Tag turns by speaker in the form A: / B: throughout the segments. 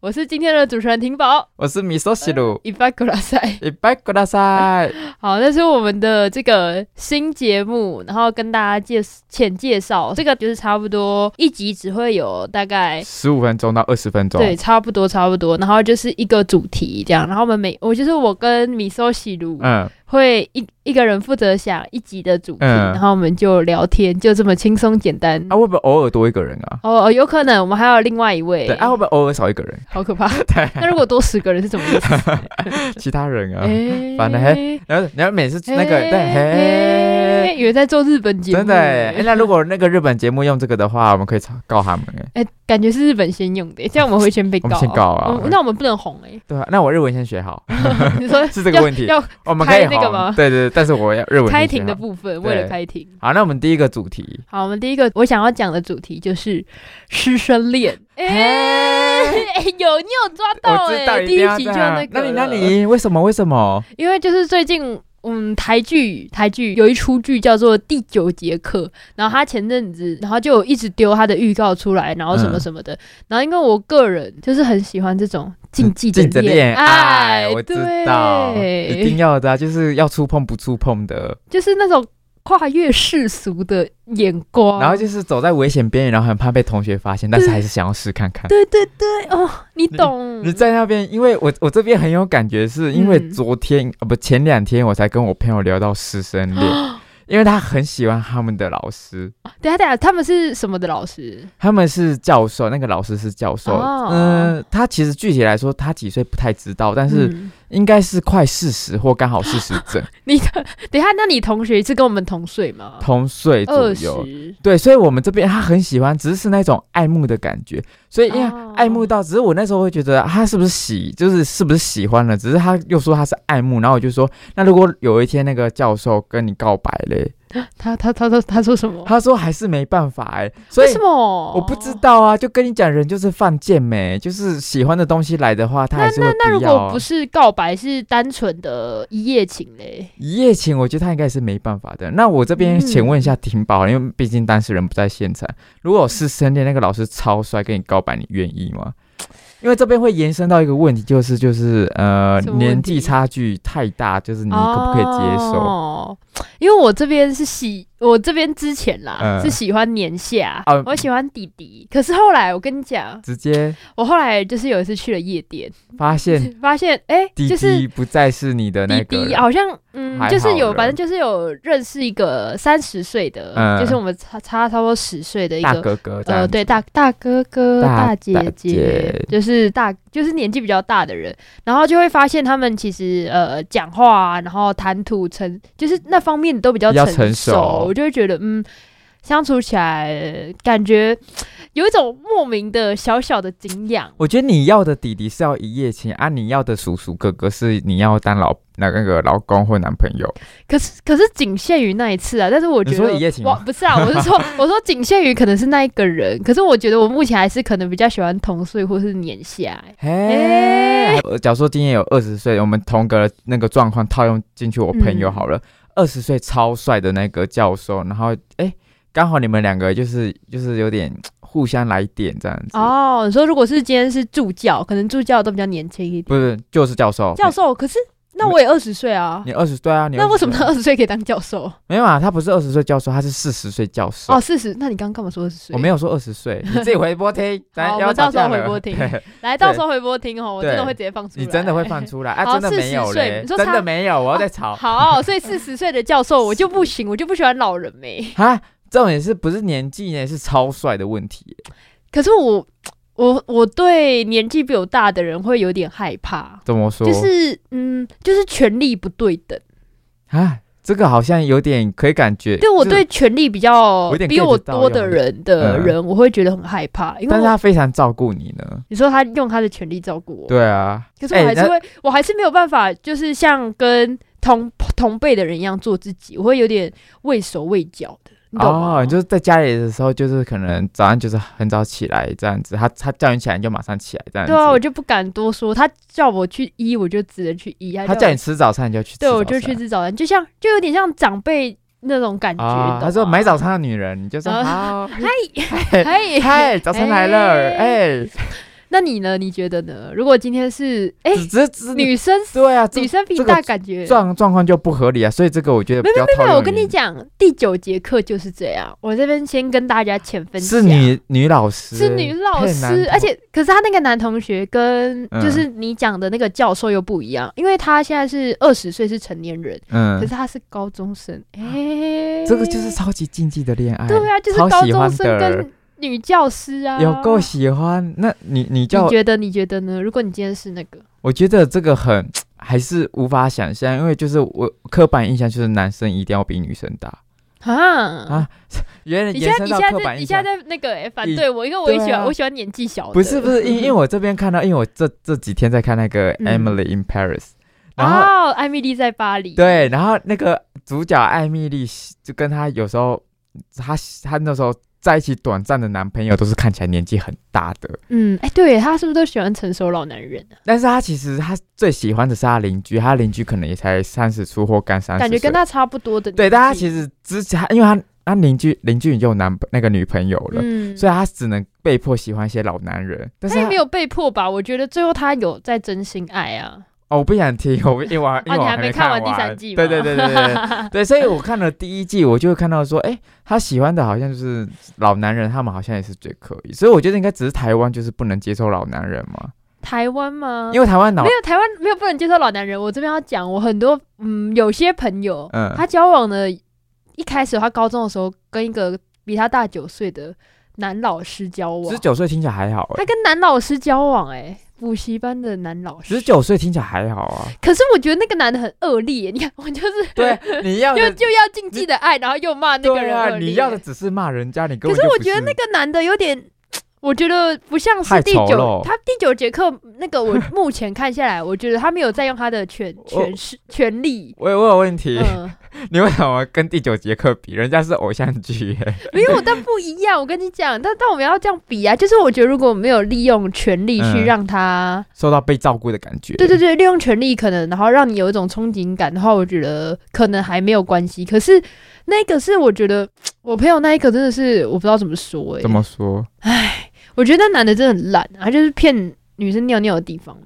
A: 我是今天的主持人婷宝。
B: 我是米寿西鲁，
A: 一拜古拉塞，
B: 一拜过大赛。
A: 好，那是我们的这个新节目，然后跟大家介浅介绍，这个就是差不多一集只会有大概
B: 十五分钟到二十分钟，
A: 哎对，，差不多差不多，然后就是一个主题这样，然后我们每我就是我跟米寿喜鲁
B: 嗯，
A: 会一一个人负责想一集的主题，
B: 嗯
A: 然后我们就聊天，就这么轻松简单。
B: 啊，会不会偶尔多一个人啊？
A: 哦哦，有可能我们还有另外一位，
B: 对，啊，会不会偶尔少一个人？
A: 好可 怕。
B: 对，
A: 那如果多十个人是什么意 思？
B: 其他人啊，
A: 哎
B: 反正
A: 嘿，
B: 然后然后每次那个对，
A: 哎
B: 嘿，
A: 以为在做日本节目，
B: 真的欸，哎
A: 哎，
B: 那如果那个日本节目用这个的话，我们可以查告他们哎，
A: 哎，感觉是日本先用 的，这样我们会先被
B: 我
A: 告，
B: 们先告啊
A: 我们那我们不能红 哎，
B: 对啊，那我日文先学好，
A: 你说
B: 是这个
A: 要
B: 问题
A: 要
B: 我们可以
A: 拍那个吗
B: 红对对，对但是我要日文先
A: 开
B: 学
A: 庭的
B: 好
A: 部分，
B: 对
A: 为了开庭。
B: 好，那我们第一个主题，
A: 好，我们第一个我想要讲的主题就是师生恋。哎、 哎有你有抓到
B: 我
A: 哎、
B: 知道一
A: 第
B: 定要
A: 集
B: 这
A: 就
B: 样
A: 那。个
B: 那
A: 了
B: 你那你为什么为什么？
A: 因为就是最近。嗯，台剧台剧有一出剧叫做《第九节课》，然后他前阵子，然后就有一直丢他的预告出来，然后什么
B: 嗯
A: 什么的。然后因为我个人就是很喜欢这种禁忌
B: 禁止
A: 的
B: 恋哎
A: 爱，
B: 我知道，
A: 对
B: 一定要的、啊，就是要触碰不触碰的，
A: 就是那种跨越世俗的眼光。
B: 然后就是走在危险边缘，然后很怕被同学发现，但是还是想要试看看。
A: 对对对，哦，你懂，
B: 你在那边，因为我我这边很有感觉，是因为
A: 嗯
B: 昨天、呃不前两天我才跟我朋友聊到师生 恋，因为他很喜欢他们的老师，
A: 哦等一下等一下，他们是什么的老师？
B: 他们是教授，那个老师是教授，
A: 哦
B: 嗯、他其实具体来说他几岁不太知道，但是
A: 嗯
B: 应该是快四十或刚好四十 整，
A: 你的，等一下，那你同学是跟我们同岁吗？
B: 同岁左
A: 二
B: 右。
A: 十，
B: 对，所以我们这边他很喜欢，只是是那种爱慕的感觉，所以因
A: 哦
B: 为爱慕到，只是我那时候会觉得啊他是不是喜，就是是不是喜欢了，只是他又说他是爱慕，然后我就说，那如果有一天那个教授跟你告白嘞，
A: 他他他说他说什么？
B: 他说还是没办法哎、所
A: 哦为
B: 以
A: 什么？
B: 我不知。道啊，就跟你讲，人就是犯贱没，就是喜欢的东西来的话，他还是会
A: 那如
B: 不要
A: 果
B: 啊
A: 不是告白，是单纯的一夜情嘞？
B: 一夜情，我觉得他应该是没办法的。那我这边
A: 嗯
B: 请问一下婷宝，因为毕竟当事人不在现场，如果是深恋那个老师超帅跟你告白，你愿意吗？因为这边会延伸到一个问题，就是就是呃
A: 什么问题
B: 年纪差距太大，就是你可不可以接受？
A: 哦，因为我这边是喜，我这边之前啦、
B: 嗯
A: 是喜欢年下，
B: 啊
A: 我喜欢弟弟。可是后来我跟你讲，
B: 直接
A: 我后来就是有一次去了夜店，
B: 发现
A: 发现哎、
B: 滴
A: 就是
B: 滴不再是你的那
A: 滴
B: 个人
A: 滴好像嗯，
B: 还
A: 就是
B: 好
A: 有，
B: 了
A: 反正就是有认识一个三十岁的，
B: 嗯
A: 就是我们差差差不多十岁的一
B: 大
A: 个。
B: 哥哥这样
A: 呃，
B: 子，
A: 对，大大哥哥、
B: 大
A: 大姐
B: 大
A: 姐
B: 姐，
A: 就是大，就是年纪比较大的人，然后就会发现他们其实呃，讲话啊，然后谈吐成，就是那方面都比较
B: 比较
A: 成
B: 成熟
A: 我就会觉得嗯，相处起来感觉有一种莫名的小小的敬仰。
B: 我觉得你要的弟弟是要一夜情啊，你要的叔叔哥哥是你要当老那那个老公或男朋友。
A: 可是可是仅限于那一次啊，但是我觉
B: 你
A: 得
B: 说一夜情
A: 哇
B: 吗
A: 不是啊，我是说我说仅限于可能是那一个人，可是我觉得我目前还是可能比较喜欢同岁或是年下、欸。
B: 嘿，呃假如说今年有二十岁，我们同个那个状况套用进去，我朋
A: 嗯
B: 友好了，二十岁超帅的那个教授，然后哎，刚好你们两个就是就是有点互相来电这样子，
A: 哦，你说如果是今天是助教，可能助教都比较年轻一点。
B: 不是就是教授，
A: 教授，可是那我也二十岁啊
B: 你，二十对啊，你
A: 那为什么
B: 20
A: 他
B: 岁
A: 二十岁可以当教授？
B: 没有啊？他不是二十岁教授，他是四十岁教授。
A: 哦，四十。那你刚刚干嘛说二十岁？
B: 我没有说二十 岁，你自己回播听，咱
A: 好
B: 要
A: 我们到
B: 吵架
A: 时候
B: 了
A: 回 播听
B: 对
A: 来，到时候回播听哦，我真的会直接放出来。
B: 你真的会放。出来
A: 好
B: 啊？真的没
A: 40
B: 有
A: 岁
B: 嘞
A: 你，说
B: 真
A: 差
B: 的没有，我要再吵。
A: 好，所以四十岁的 教授我就不行，我就不喜欢老人欸没、
B: 啊，重点是不是年纪呢？是超帅的问题。
A: 可是我我我对年纪比我大的人会有点害怕，
B: 怎么说？
A: 就是嗯，就是权力不对等。
B: 啊，这个好像有点可以感觉。
A: 对我
B: 就，
A: 对权力比较
B: 我有点
A: 比我
B: get 到
A: 多的人的
B: 嗯
A: 人，我会觉得很害怕，因为
B: 但是
A: 我
B: 他非常照顾你呢。
A: 你说他用他的权力照顾我，
B: 对啊，
A: 可是我
B: 哎
A: 还是
B: 那
A: 会，我还是没有办法，就是像跟同同辈的人一样做自己，我会有点畏手畏脚的，你懂吗？
B: 哦，你就是在家里的时候，就是可能早上就是很早起来这样子，他他叫你起来你就马上起来这样子。
A: 对啊，我就不敢多说。他叫我去医，我就只能去医。
B: 他
A: 我
B: 叫你吃早餐，你就去吃
A: 对，
B: 早
A: 我就
B: 餐
A: 去吃早餐，就像就有点像长辈那种感觉。
B: 啊。他说买早餐的女人，你就说
A: 然
B: 好，
A: 啊 餐，嗨，
B: 嗨，早餐来了，
A: 哎
B: 哎，
A: 那你呢？你觉得呢？如果今天是哎、
B: 只只只
A: 女生，
B: 对啊，这
A: 女生比
B: 这个
A: 大感觉
B: 状状况就不合理啊，所以这个我觉得比
A: 没
B: 较
A: 有没
B: 讨
A: 有，
B: 厌。
A: 我跟你讲，第九节课就是这样。我这边先跟大家浅分享，
B: 是女女老师，
A: 是女老
B: 配男
A: 师，
B: 同
A: 而且可是他那个男同学跟
B: 嗯
A: 就是你讲的那个教授又不一样，因为他现在是二十岁是成年人，可是
B: 嗯，啊
A: 他是高中生，哎、
B: 这个就是超级禁忌的恋爱，
A: 对啊，就是
B: 超
A: 高
B: 喜
A: 中
B: 欢的
A: 生跟女教师啊，
B: 有够喜欢。那你你叫
A: 你觉得你觉得呢？如果你今天是那个，
B: 我觉得这个很还是无法想象，因为就是我刻板印象就是男生一定要比女生大
A: 啊
B: 啊。原来
A: 你
B: 延伸
A: 现在你
B: 到
A: 现在
B: 刻
A: 在
B: 板
A: 你
B: 印
A: 现
B: 象，
A: 在在那个哎、反
B: 以
A: 对我，因为我也
B: 对
A: 喜欢、
B: 啊
A: 我喜欢年纪小的，
B: 不是不是，因因为 我这边看到，因为我这这几天在看那个
A: 嗯
B: Emily in Paris，、然后、
A: 哦，艾米丽在巴黎，
B: 对，然后那个主角艾米丽就跟她有时候，她她那时候在一起短暂的男朋友都是看起来年纪很大的，
A: 嗯，哎、对他是不是都喜欢成熟老男人啊？
B: 但是她其实她最喜欢的是她邻居，她邻居可能也才三十出或刚三十，
A: 感觉跟他差不多的年纪，
B: 对，但她其实之前，因为她她邻居邻居已经有男那个女朋友了，
A: 嗯，
B: 所以她只能被迫喜欢一些老男人。但是
A: 他也
B: 她
A: 没有被迫吧？我觉得最后他有在真心爱啊。
B: 哦，我不想听，我因为我因为
A: 哦你
B: 我
A: 还没
B: 没
A: 看完
B: 完
A: 第三季
B: 对
A: 吗
B: 对对对 对对，所以我看了第一季，我就会看到说，哎、她喜欢的好像就是老男人，他们好像也是最可以，所以我觉得应该只是台湾就是不能接受老男人嘛，
A: 台湾吗？
B: 因为台湾老
A: 没有台湾没有不能接受老男人。我这边要讲，我很多嗯，有些朋友、
B: 嗯
A: 他交往的，一开始他高中的时候跟一个比他大九岁的男老师交往
B: 十，九岁听起来还好、
A: 他
B: 哎，
A: 跟男老师交往、哎，补习班的男老师。
B: 十九岁听起来还好啊，
A: 可是我觉得那个男的很恶劣，你看我就是
B: 对，你要
A: 又
B: 的
A: 就要禁忌的爱，然后又骂那个
B: 对
A: 人
B: 啊，
A: 恶劣
B: 你要的只是骂人家，你根
A: 可
B: 本
A: 是
B: 就
A: 我
B: 不
A: 觉得那个男的有点，我觉得不像是
B: 太
A: 第
B: 丑
A: 九
B: 陋，
A: 他第九节课那个， 我目前看下来，我觉得他没有在用他的权权势权力。
B: 我有我有问题，
A: 嗯，
B: 你为什么跟第九节课比？人家是偶像剧、哎
A: 没有，但不一样。我跟你讲，但但我们要这样比啊，就是我觉得如果没有利用权力去
B: 嗯
A: 让他，
B: 受到被照顾的感觉。
A: 对对对，利用权力可能，然后让你有一种憧憬感的话，我觉得可能还没有关系。可是那个是我觉得我朋友那一个真的是我不知道怎么说哎、
B: 怎么说
A: 我觉得那男的真的很烂啊，他就是骗女生尿尿的地方。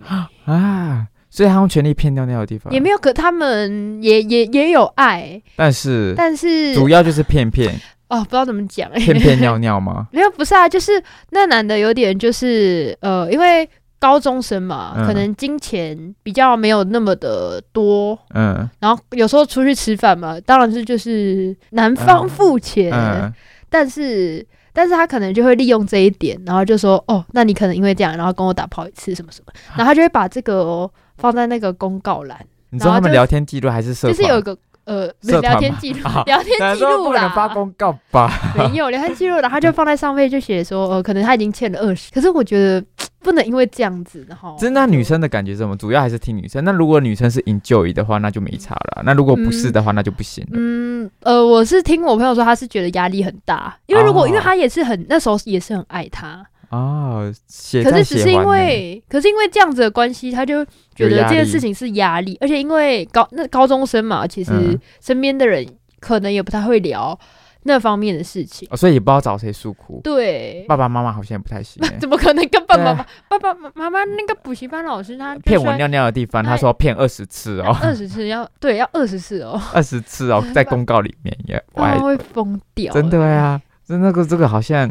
B: 啊？所以他用权力骗掉那个地方，
A: 也没有，可他们也也也有爱，
B: 但是
A: 但是
B: 主要就是骗 骗
A: 哦，不知道怎么讲、欸，
B: 骗骗尿尿吗？
A: 没有，不是啊，就是那男的有点就是呃，因为高中生嘛，
B: 嗯
A: 可能金钱比较没有那么的多，
B: 嗯
A: 然后有时候出去吃饭嘛，当然是就是男方付钱，
B: 嗯，
A: 但是。但是他可能就会利用这一点，然后就说哦，那你可能因为这样，然后跟我打炮一次什么什么，
B: 啊
A: 然后他就会把这个、哦、放在那个公告栏，
B: 你说他
A: 然后
B: 们
A: 就
B: 聊天记录还是社
A: 就是有
B: 团？
A: 个呃
B: 社团
A: 聊天
B: 吗
A: 记录
B: 啊，
A: 聊天记
B: 难道
A: 录
B: 不
A: 啦
B: 能，发公告吧？
A: 没有聊天记录，然后他就放在上面就写说，呃，可能他已经欠了二十，可是我觉得不能因为这样子，然后
B: 真的，啊女生的感觉是什么？主要还是听女生。那如果女生是 enjoy 的话，那就没差了。那如果不是的话，那就不行了。
A: 嗯呃，我是听我朋友说，他是觉得压力很大，因为如果、
B: 哦
A: 因为他也是很那时候也是很爱他，
B: 哦，血
A: 可
B: 债
A: 是只
B: 血
A: 是因
B: 还呢
A: 为可是因为这样子的关系，他就觉
B: 有
A: 得
B: 压
A: 这件
B: 力
A: 事情是压力，而且因为高那高中生嘛，其实
B: 嗯
A: 身边的人可能也不太会聊那方面的事情，
B: 哦所以也不知道找谁诉苦。
A: 对，。
B: 爸爸妈妈好像也不太行欸
A: 怎么可能跟爸爸妈
B: 对
A: 爸爸妈妈那个补习班老师他就
B: 骗
A: 说
B: 我尿尿的地方，
A: 哎
B: 他说骗二十次 哦，
A: 二十次要对要二十次哦，
B: 二十次 哦，在公告里面也， 我还
A: 他会疯掉，
B: 真的呀、这那个这个好像，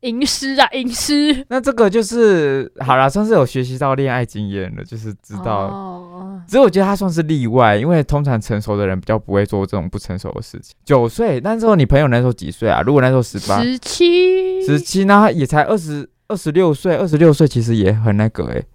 A: 吟诗啊吟诗，
B: 那这个就是好啦，算是有学习到恋爱经验了，就是知道。
A: 哦
B: 只是我觉得他算是例外，因为通常成熟的人比较不会做这种不成熟的事情。九岁，那时候你朋友那时候几岁啊？如果那时候十八、
A: 十七，
B: 十七，那他也才二十二十六岁，二十六岁其实也很那个诶、欸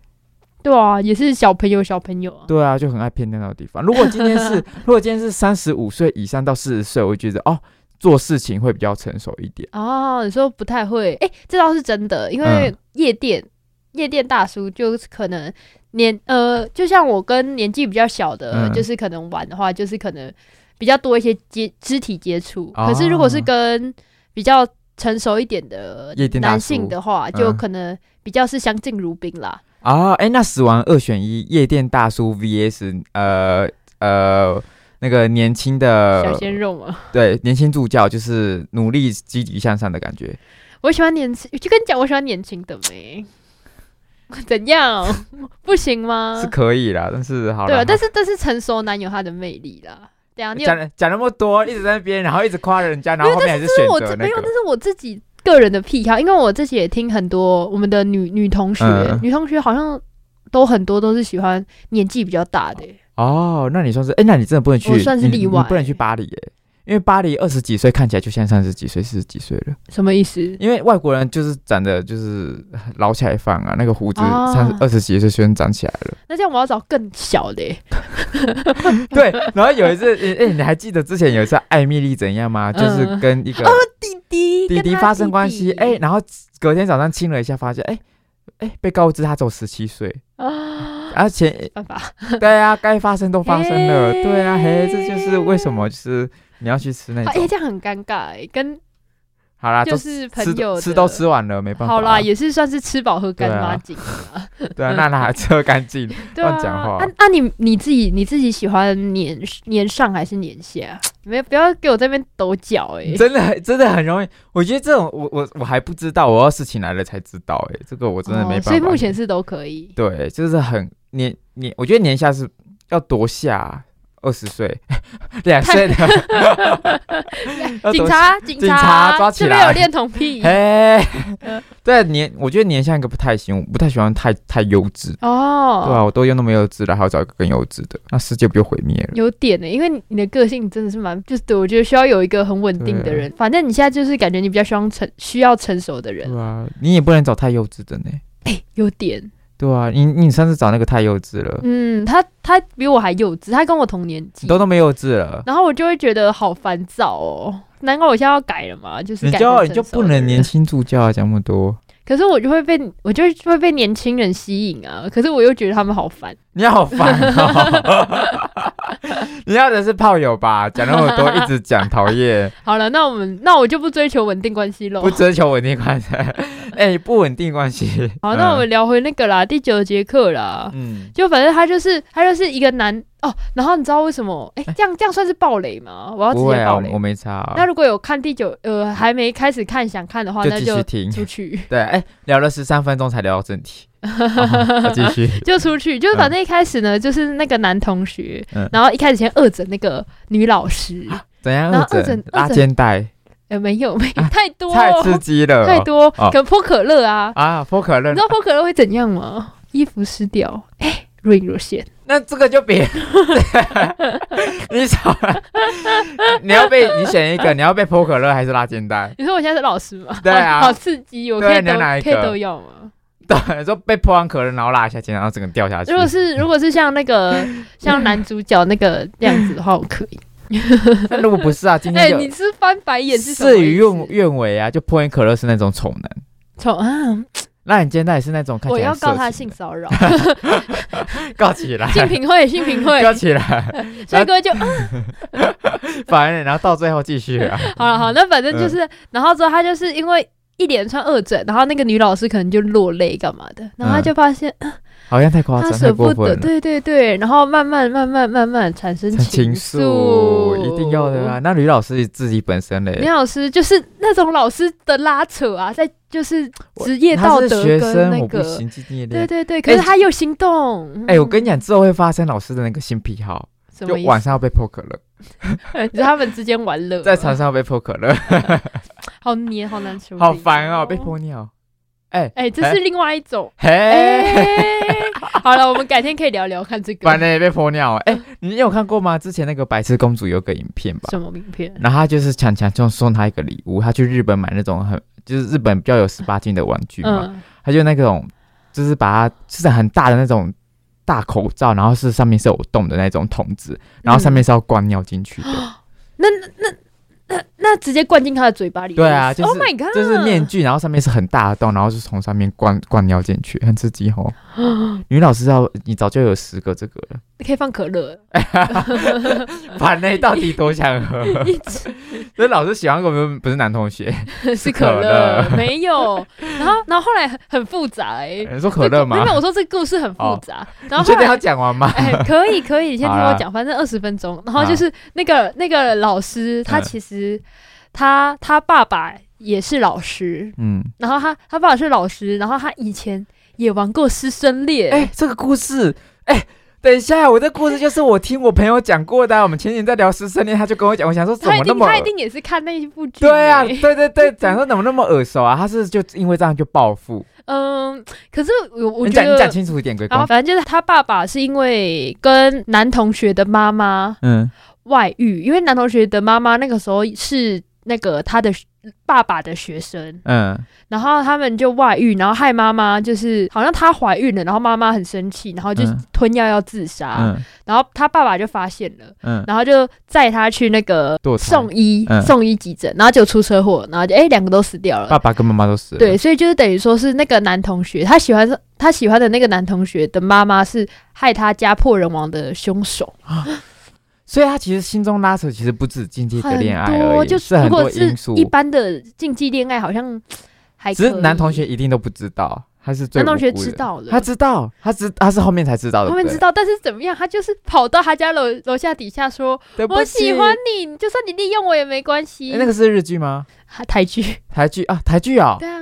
A: 对啊，也是小朋友小朋友啊，
B: 对啊，就很爱偏那的地方。如果今天 是如果今天是三十五岁以上到四十岁，我会觉得哦，做事情会比较成熟一点。
A: 哦，你说不太会，哎，这倒是真的，因为
B: 嗯
A: 夜店夜店大叔就是可能。年呃，就像我跟年纪比较小的，
B: 嗯
A: 就是可能玩的话，就是可能比较多一些接肢体接触。可是如果是
B: 哦
A: 跟比较成熟一点的
B: 夜店大
A: 男
B: 叔
A: 性的话，就
B: 嗯
A: 可能比较是相敬如宾啦。
B: 啊，哎、那死亡二选一，夜店大叔 VS 呃呃那个年轻
A: 小
B: 的
A: 鲜肉啊嘛，
B: 对年轻助教，就是努力积极向上的感觉。
A: 我喜欢年轻，就跟你讲，我喜欢年轻的妹。 怎样？ 不行吗
B: 是？可以啦，但是好了，
A: 嗯对啊，但
B: 好
A: 是但是成熟男有他的魅力啦。对啊，你有
B: 讲了讲那么多，一直在那边，然后一直夸人家，然后后面还是
A: 这
B: 选
A: 是我
B: 择
A: 自
B: 那
A: 没有，
B: 个
A: 那是我自己个人的癖好，因为我自己也听很多我们的女女同学，
B: 嗯
A: 女同学好像都很多都是喜欢年纪比较大的、欸
B: 哦。那你算是，哎，那你真的不能去，
A: 我算是
B: 你
A: 例外
B: 你不能去巴黎耶，因为巴黎二十几岁看起来就像三十几岁、四十几岁了，
A: 什么意思？
B: 因为外国人就是长得就是老起来放啊，那个胡子
A: 啊
B: 三二十几岁虽然长起来了。
A: 那这样我要找更小的、欸
B: 对，然后有一次，哎、你还记得之前有一次艾米丽怎样吗？就是
A: 嗯
B: 跟一个
A: 弟弟，
B: 弟
A: 跟
B: 弟
A: 他
B: 发生关系，
A: 弟弟
B: 哎、然后隔天早上亲了一下，发现，哎、哎、被告知他只有十七岁，
A: 啊，
B: 而且，
A: 办法，
B: 对啊，该发生都发生了，
A: 嘿
B: 对啊，嘿，这就是为什么就是你要去吃那
A: 哎、
B: 种，
A: 这样很尴尬、欸，跟
B: 好啦，
A: 就
B: 都吃
A: 是朋友
B: 吃
A: 的
B: 都吃完了，没办法，
A: 好啦，，也是算是吃饱喝干
B: 对啊
A: 妈紧，
B: 对啊，那那 还吃干净，
A: 对啊
B: 乱。讲话
A: 啊啊，你你自己你自己喜欢年年上还是年下？没有，不要给我这边抖脚哎、欸
B: 真的真的很容易，我觉得这种我我我还不知道，我要事情来了才知道、哎，这个我真的没
A: 哦
B: 办法，
A: 所以目前是都 可以。
B: 对，就是很年年，我觉得年下是要多下二十岁，两岁的要多
A: 警察，警
B: 警察抓起
A: 这边有
B: 来
A: 恋童癖
B: 嘿
A: 嗯，
B: 对啊年，我觉得年下一个不太行，我不太喜欢太太幼稚。
A: 哦，
B: 对啊，我都用那么幼稚了，还要找一个更幼稚的，那世界不就毁灭了？
A: 有点欸呢、因为你的个性真的是蛮，就是对我觉得需要有一个很稳定的人。反正你现在就是感觉你比较需要成需要成熟的人，
B: 对啊，你也不能找太幼稚的呢。
A: 有点，
B: 对啊，你你上次找那个太幼稚了，
A: 嗯，他他比我还幼稚，他跟我同年纪
B: 你，都那么幼稚了，
A: 然后我就会觉得好烦躁哦。难怪我现在要改了嘛，就是
B: 你
A: 改
B: 就
A: 成
B: 你就
A: 成熟
B: 不
A: 的
B: 能
A: 人
B: 年轻助教啊，讲那么多。
A: 可是我就会被我就会被年轻人吸引啊，可是我又觉得他们好烦。
B: 你好烦哦！ 你要的是炮友吧？讲那么多，一直讲，讨 厌，
A: 好了，那我们那我就不追求稳定关系喽
B: 不。追求稳定关系， 哎、不稳定关系。
A: 好，那我们聊回那个啦，第九节课啦，
B: 嗯，
A: 就反正他就是他就是一个男哦，然后你知道为什么？哎、这样这样算是暴雷吗？我要
B: 嗯
A: 直
B: 不会
A: 接
B: 啊，
A: 暴
B: 我
A: 雷。
B: 我没差啊、
A: 那如果有看第九呃还没开始看想看的话，
B: 就
A: 那
B: 继续
A: 就
B: 听。
A: 出去
B: 对，哎、聊了十三分钟才聊到正 题，好继、续。
A: 就出去，就是反正一开始呢，就是那个男同学，
B: 嗯啊
A: 然后一开始先恶整那个女老师，
B: 怎样二
A: 然后
B: 诊
A: 二诊
B: 拉
A: 二诊
B: 肩带？
A: 呃没有没有 太多
B: 太刺激了哦、
A: 太多，
B: 啊哦
A: 可能泼可乐 啊，
B: 啊！泼可乐
A: 你知，道泼可乐会怎样吗？衣服湿掉，哎、若隐若现。
B: 那这个就别， 你少来，你要被你选一个，你要被泼可乐还是拉肩带？
A: 你说我现在是老师吗？
B: 对啊
A: 好好刺激，我可
B: 对
A: 以
B: 你
A: 都
B: 要哪一
A: 可以
B: 个
A: 都要吗？
B: 对，说被泼完可乐，然后拉一下肩，然后整个掉下去
A: 如。果是如果是像那个像男主角那个样子的话，我可以。
B: 那如果不是啊，今
A: 哎、
B: 天
A: 你
B: 就是
A: 翻白眼是什么意
B: 事
A: 思？
B: 与愿愿违啊，就泼完可乐是那种丑男，
A: 从啊，
B: 那你肩带也是那种看
A: 我
B: 起来
A: 要
B: 很色
A: 告他
B: 情
A: 性
B: 的，
A: 骚扰， 哦
B: 告起来，
A: 性平会，性平 会。
B: 告起来，
A: 所以各位就、啊
B: 反正然后到最后继续啊，
A: 好了好，那反正
B: 嗯
A: 就是，然后之后他就是因为一连串恶整，然后那个女老师可能就落泪干嘛的，然后他
B: 嗯
A: 就发现、
B: 好像太夸
A: 他
B: 张，太
A: 舍
B: 过
A: 不
B: 分
A: 得，
B: 了。
A: 对对对，然后慢慢慢慢慢慢产生
B: 情
A: 愫，
B: 愫一定要的啊！。那吕老师自己本身嘞
A: 林，老师就是那种老师的拉扯啊，在就是职业道
B: 他是
A: 德
B: 学
A: 跟
B: 生，
A: 那
B: 我不
A: 个，
B: 行，兢兢业
A: 对
B: 业。
A: 对对，可是他又心动。嗯
B: 哎，我跟你讲，之后会发生老师的那个新癖好，
A: 什
B: 就
A: 么意
B: 晚
A: 思？
B: 上要被泼可乐，
A: 你知道他们之间玩乐吗，
B: 在床上要被泼可乐，
A: 好黏，好难处理，
B: 好烦哦，被。泼尿。哎
A: 哎，这是另外一种。
B: 嘿。
A: 哎，好了，我们改天可以聊聊看这
B: 完了
A: 个
B: 也被泼尿了。哎、你有看过吗？之前那个白痴公主有个影片吧，
A: 什么名片。
B: 然后她就是强强就送她一个礼物，她去日本买那种很就是日本比较有十八禁的玩具嘛，
A: 嗯，
B: 她就那种就是把它是很大的那种大口罩，然后是上面是有洞的那种筒子，然后上
A: 嗯
B: 面是要灌尿进去的，
A: 那那那那那直接灌进他的嘴巴里。
B: 对啊就是
A: Oh my god，
B: 就是面具，然后上面是很大的洞，然后是从上面灌灌尿进去，很刺激 哦。女老师要你早就有十个这个 了，
A: 可以放可乐，
B: 反正到底多想 喝？所以老师喜欢我们不是男同学，
A: 是
B: 可
A: 可
B: 乐
A: 乐，没有。然后，然后后来很很复杂哎、
B: 你说可乐
A: 这个
B: 吗
A: 没？有，我说这个故事很复
B: 哦
A: 杂。然
B: 你
A: 后后
B: 确定
A: 来
B: 要，讲完 吗？
A: 哎、可以可以，你先听
B: 好啊
A: 我讲，反正二十分钟。然后就是那个那个老师，他
B: 嗯
A: 其实、他他爸爸也是老师，
B: 嗯，
A: 然后他他爸爸是老师，然后他以前也玩过师生恋。
B: 哎、这个故事，哎、等一下，我这故事就是我听我朋友讲过的啊、我们前几天在聊师生恋，他就跟我讲，我想说怎么
A: 他一
B: 那
A: 定
B: 么
A: 他一定也是看那一部剧、
B: 对啊，
A: 欸
B: 对对对，讲说怎么那么耳熟啊？他是就因为这样就暴富？
A: 嗯，可是我我
B: 你
A: 觉
B: 讲你讲
A: 得。
B: 清楚一点，鬼
A: 然后
B: 公。
A: 反正就是他爸爸是因为跟男同学的妈妈
B: 嗯
A: 外遇，因为男同学的妈妈那个时候是那个他的爸爸的学生，
B: 嗯
A: 然后他们就外遇，然后害妈妈就是好像她怀孕了，然后妈妈很生气，然后就
B: 嗯
A: 吞药要自杀，
B: 嗯
A: 然后他爸爸就发现了，
B: 嗯，
A: 然后就载她去那个
B: 堕胎
A: 送医、
B: 嗯
A: 送医急诊，然后就出车祸，然后就哎两个都死掉了，
B: 爸爸跟妈妈都死了。
A: 对，，所以就是等于说是那个男同学，他喜欢上他喜欢的那个男同学的妈妈是害他家破人亡的凶手，
B: 所以他其实心中拉扯其实不止境界的
A: 很
B: 恋爱而
A: 多
B: 已，
A: 就是如
B: 很
A: 果
B: 多
A: 是
B: 因素
A: 一。般的竞技恋爱，好像还
B: 只是
A: 可
B: 男同
A: 以
B: 学一定都不知道，他是最
A: 男同学
B: 无辜的
A: 知，道了，
B: 他知道，他知他是后面才知道的，
A: 他们知道，但是怎么样，他就是跑到他家楼楼下底下说
B: 对不对，对不
A: 我
B: 起
A: 喜欢。你，就算你利用我也没关系。
B: 哎那个是日剧吗？
A: 啊 台剧，
B: 台剧啊，台剧哦，
A: 对啊，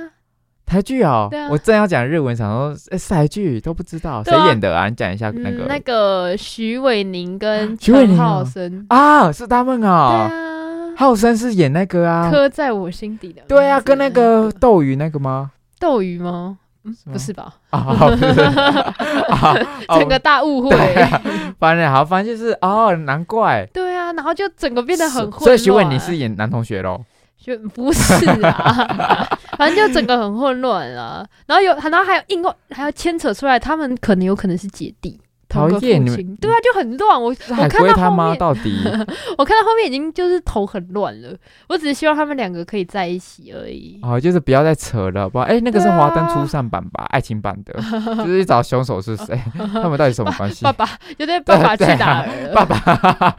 B: 台剧哦
A: 对啊，
B: 我正要讲日文，想说哎是台剧都不知道谁
A: 对啊
B: 演的啊？你讲一下那
A: 嗯，
B: 个
A: 那个徐伟宁跟
B: 徐伟宁
A: 陈
B: 哦
A: 浩森，
B: 啊，是他们
A: 对
B: 哦。
A: 啊，嗯
B: 浩森是演那个啊，
A: 刻在我心底的名字。
B: 对啊，跟那个斗鱼那个吗？
A: 斗鱼吗？嗯，
B: 吗
A: 不是吧？
B: 啊，不是，啊哦
A: 整个大误会。
B: 对啊反正好，反正就是哦，难怪
A: 对啊，然后就整个变得很混乱。
B: 所以徐伟你是演男同学喽？
A: 就嗯不是啊， 反正就整个很混乱啊。然后有，然后还有硬过，还要牵扯出来，他们可能有可能是姐弟。同个
B: 讨厌
A: 父
B: 你
A: 亲，
B: 们
A: 对啊，就很乱。我
B: 是
A: 我
B: 海
A: 看
B: 龟
A: 到
B: 他
A: 后
B: 妈
A: 面，
B: 到底？
A: 我看到后面已经就是头很乱了。我只是希望他们两个可以在一起而已。
B: 哦，就是不要再扯了，好 不好？哎，那个是
A: 对啊
B: 华灯初上版吧，爱情版的，就是去找凶手是 谁，他们到底什么关系
A: 爸？爸有点爸爸去
B: 对啊
A: 打儿了。
B: 爸爸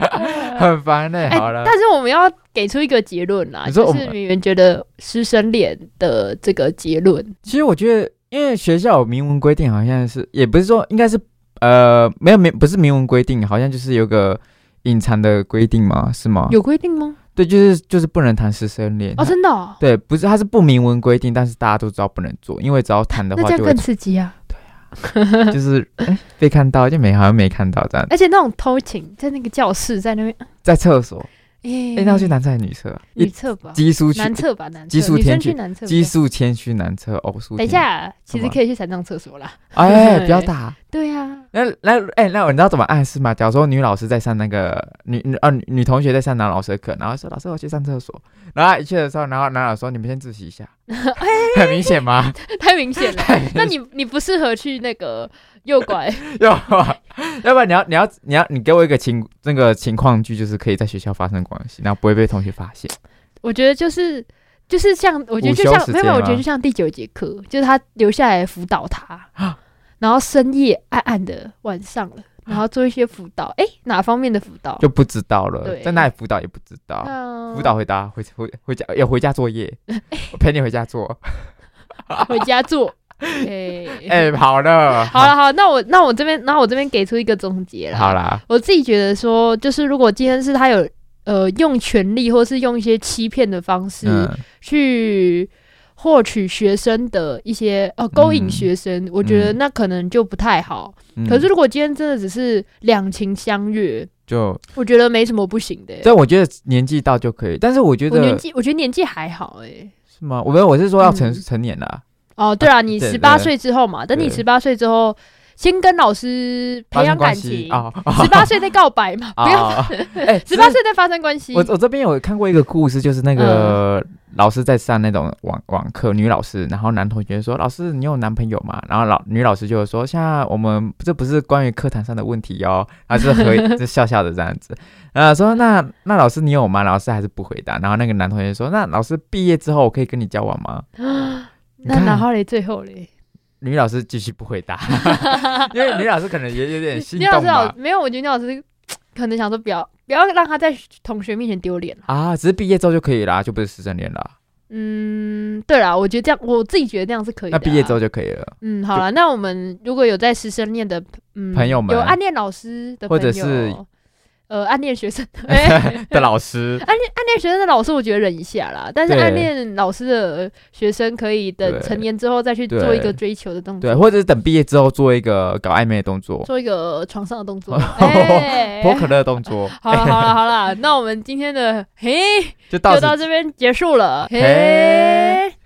B: 很烦嘞。
A: 哎
B: 好了，
A: 但是我们要给出一个结论啦，
B: 你说
A: 就
B: 我们
A: 是明媛觉得师生恋的这个结论，
B: 其实我觉得，因为学校有明文规定，好像是也不是说应该是呃没有明不是明文规定，好像就是有个隐藏的规定嘛，是吗？
A: 有规定吗？
B: 对，就是就是不能谈师生恋。
A: 哦，真的、哦，
B: 对，不是，它是不明文规定，但是大家都知道不能做，因为只要谈的
A: 那
B: 话
A: 这样
B: 就会
A: 更刺激啊！
B: 就是哎被看到，就没好像没看到这样，
A: 而且那种偷情，在那个教室，在那边，
B: 在厕所，
A: 哎、
B: 哎，那要去男厕还是女厕啊？
A: 女
B: 一
A: 厕吧，
B: 激素去
A: 男厕吧，男
B: 奇
A: 厕，
B: 数
A: 女生
B: 天
A: 去
B: 去
A: 男厕。
B: 激素谦虚男厕，哦偶数。
A: 等一，下，其
B: 干
A: 实
B: 嘛
A: 可以去残障厕所啦。
B: 哎，不要打。
A: 对啊，
B: 那那哎、那我你知道怎么暗示吗？假如说女老师在上那个女女呃女女同学在上男老师的课，然后说老师我去上厕所，然后她一去的时候，然后男老师说你们先自习一下，
A: 哎
B: 很明显吗？
A: 太明 显了。那你你不适合去那个右拐，
B: 要不然要不然你要你要你要你给我一个情那个情况剧，就是可以在学校发生关系，然后不会被同学发现。
A: 我觉得就是就是像，我觉得就
B: 午休
A: 像
B: 时
A: 没有，没有
B: 间吗
A: 我觉得就像第九节课，就是他留下来辅导他，
B: 啊
A: 然后深夜暗暗的晚上了，然后做一些辅导，诶，哪方面的辅导？
B: 就不知道了
A: 哦对，
B: 在那里辅导也不知道，
A: 嗯
B: 辅导回答回回回家要回家作业， 我陪你回家做，
A: 回家做。哎、
B: 哎、好了，
A: 好了好，那我那我这边，那我这边给出一个总结啦。
B: 好啦，
A: 我自己觉得说，就是如果今天是他有呃用权力或是用一些欺骗的方式、
B: 嗯，
A: 去获取学生的一些呃勾引
B: 嗯
A: 学生，我觉得
B: 嗯
A: 那可能就不太好。
B: 嗯
A: 可是如果今天真的只是两情相悦，
B: 就
A: 我觉得没什么不行的、欸。
B: 但我觉得年纪到就可以，但是我觉
A: 我年
B: 得
A: 纪，我觉得年纪还好哎、
B: 是吗？我没有，我是说要成、
A: 嗯
B: 成年了，
A: 哦，对啊，你
B: 对
A: 十
B: 对
A: 八岁之后嘛，等你
B: 对
A: 十八岁之后，先跟老师培养
B: 发生关
A: 感
B: 系
A: 情，
B: 啊啊
A: 十八岁再告白 嘛，不要
B: 啊！ 哎，
A: 十八
B: 是
A: 岁再发生关系
B: 我。我这边有看过一个故事，就是那个老师在上那种网网课，女老师，然后男同学说：“老师，你有男朋友吗？”然后老女老师就说：“像我们这不是关于课堂上的问题哦。”然后就是和就笑笑的这样子，呃，说那那老师你有吗？老师还是不回答。然后那个男同学说：“那老师毕业之后我可以跟你交往吗？”你
A: 那
B: 看
A: 然后嘞，最后嘞，
B: 女老师继续不回答， 因为女老师可能也有点哎心
A: 李老
B: 动
A: 师老
B: 吧。
A: 没有，我觉得李老师可能想说不要不要让他在同学面前丢脸了。
B: 啊，只是毕业之后就可以啊啦，就不是师生恋啦。
A: 嗯，对啦，我觉得这样，我自己觉得这样是可以的、啊
B: 那毕业之后，就可以了，
A: 嗯，好了，那我们如果有在师生恋的嗯
B: 朋友们
A: 有暗恋老师的朋
B: 或
A: 友，
B: 者是
A: 呃暗恋学生，哎，
B: 的老师
A: 暗恋暗恋学生的老师，我觉得忍一下啦，但是
B: 对
A: 暗恋老师的学生可以等
B: 对
A: 成年之后再去
B: 对
A: 做一个追求的动
B: 对，
A: 作，
B: 或者是等毕业之后做一个搞暧昧的动作，
A: 做一个床上的 动作。哎
B: 泼可乐的动作，
A: 好了好了好了，那我们今天的嘿
B: 就到
A: 就
B: 此
A: 到这边结束了，
B: 嘿
A: 嘿。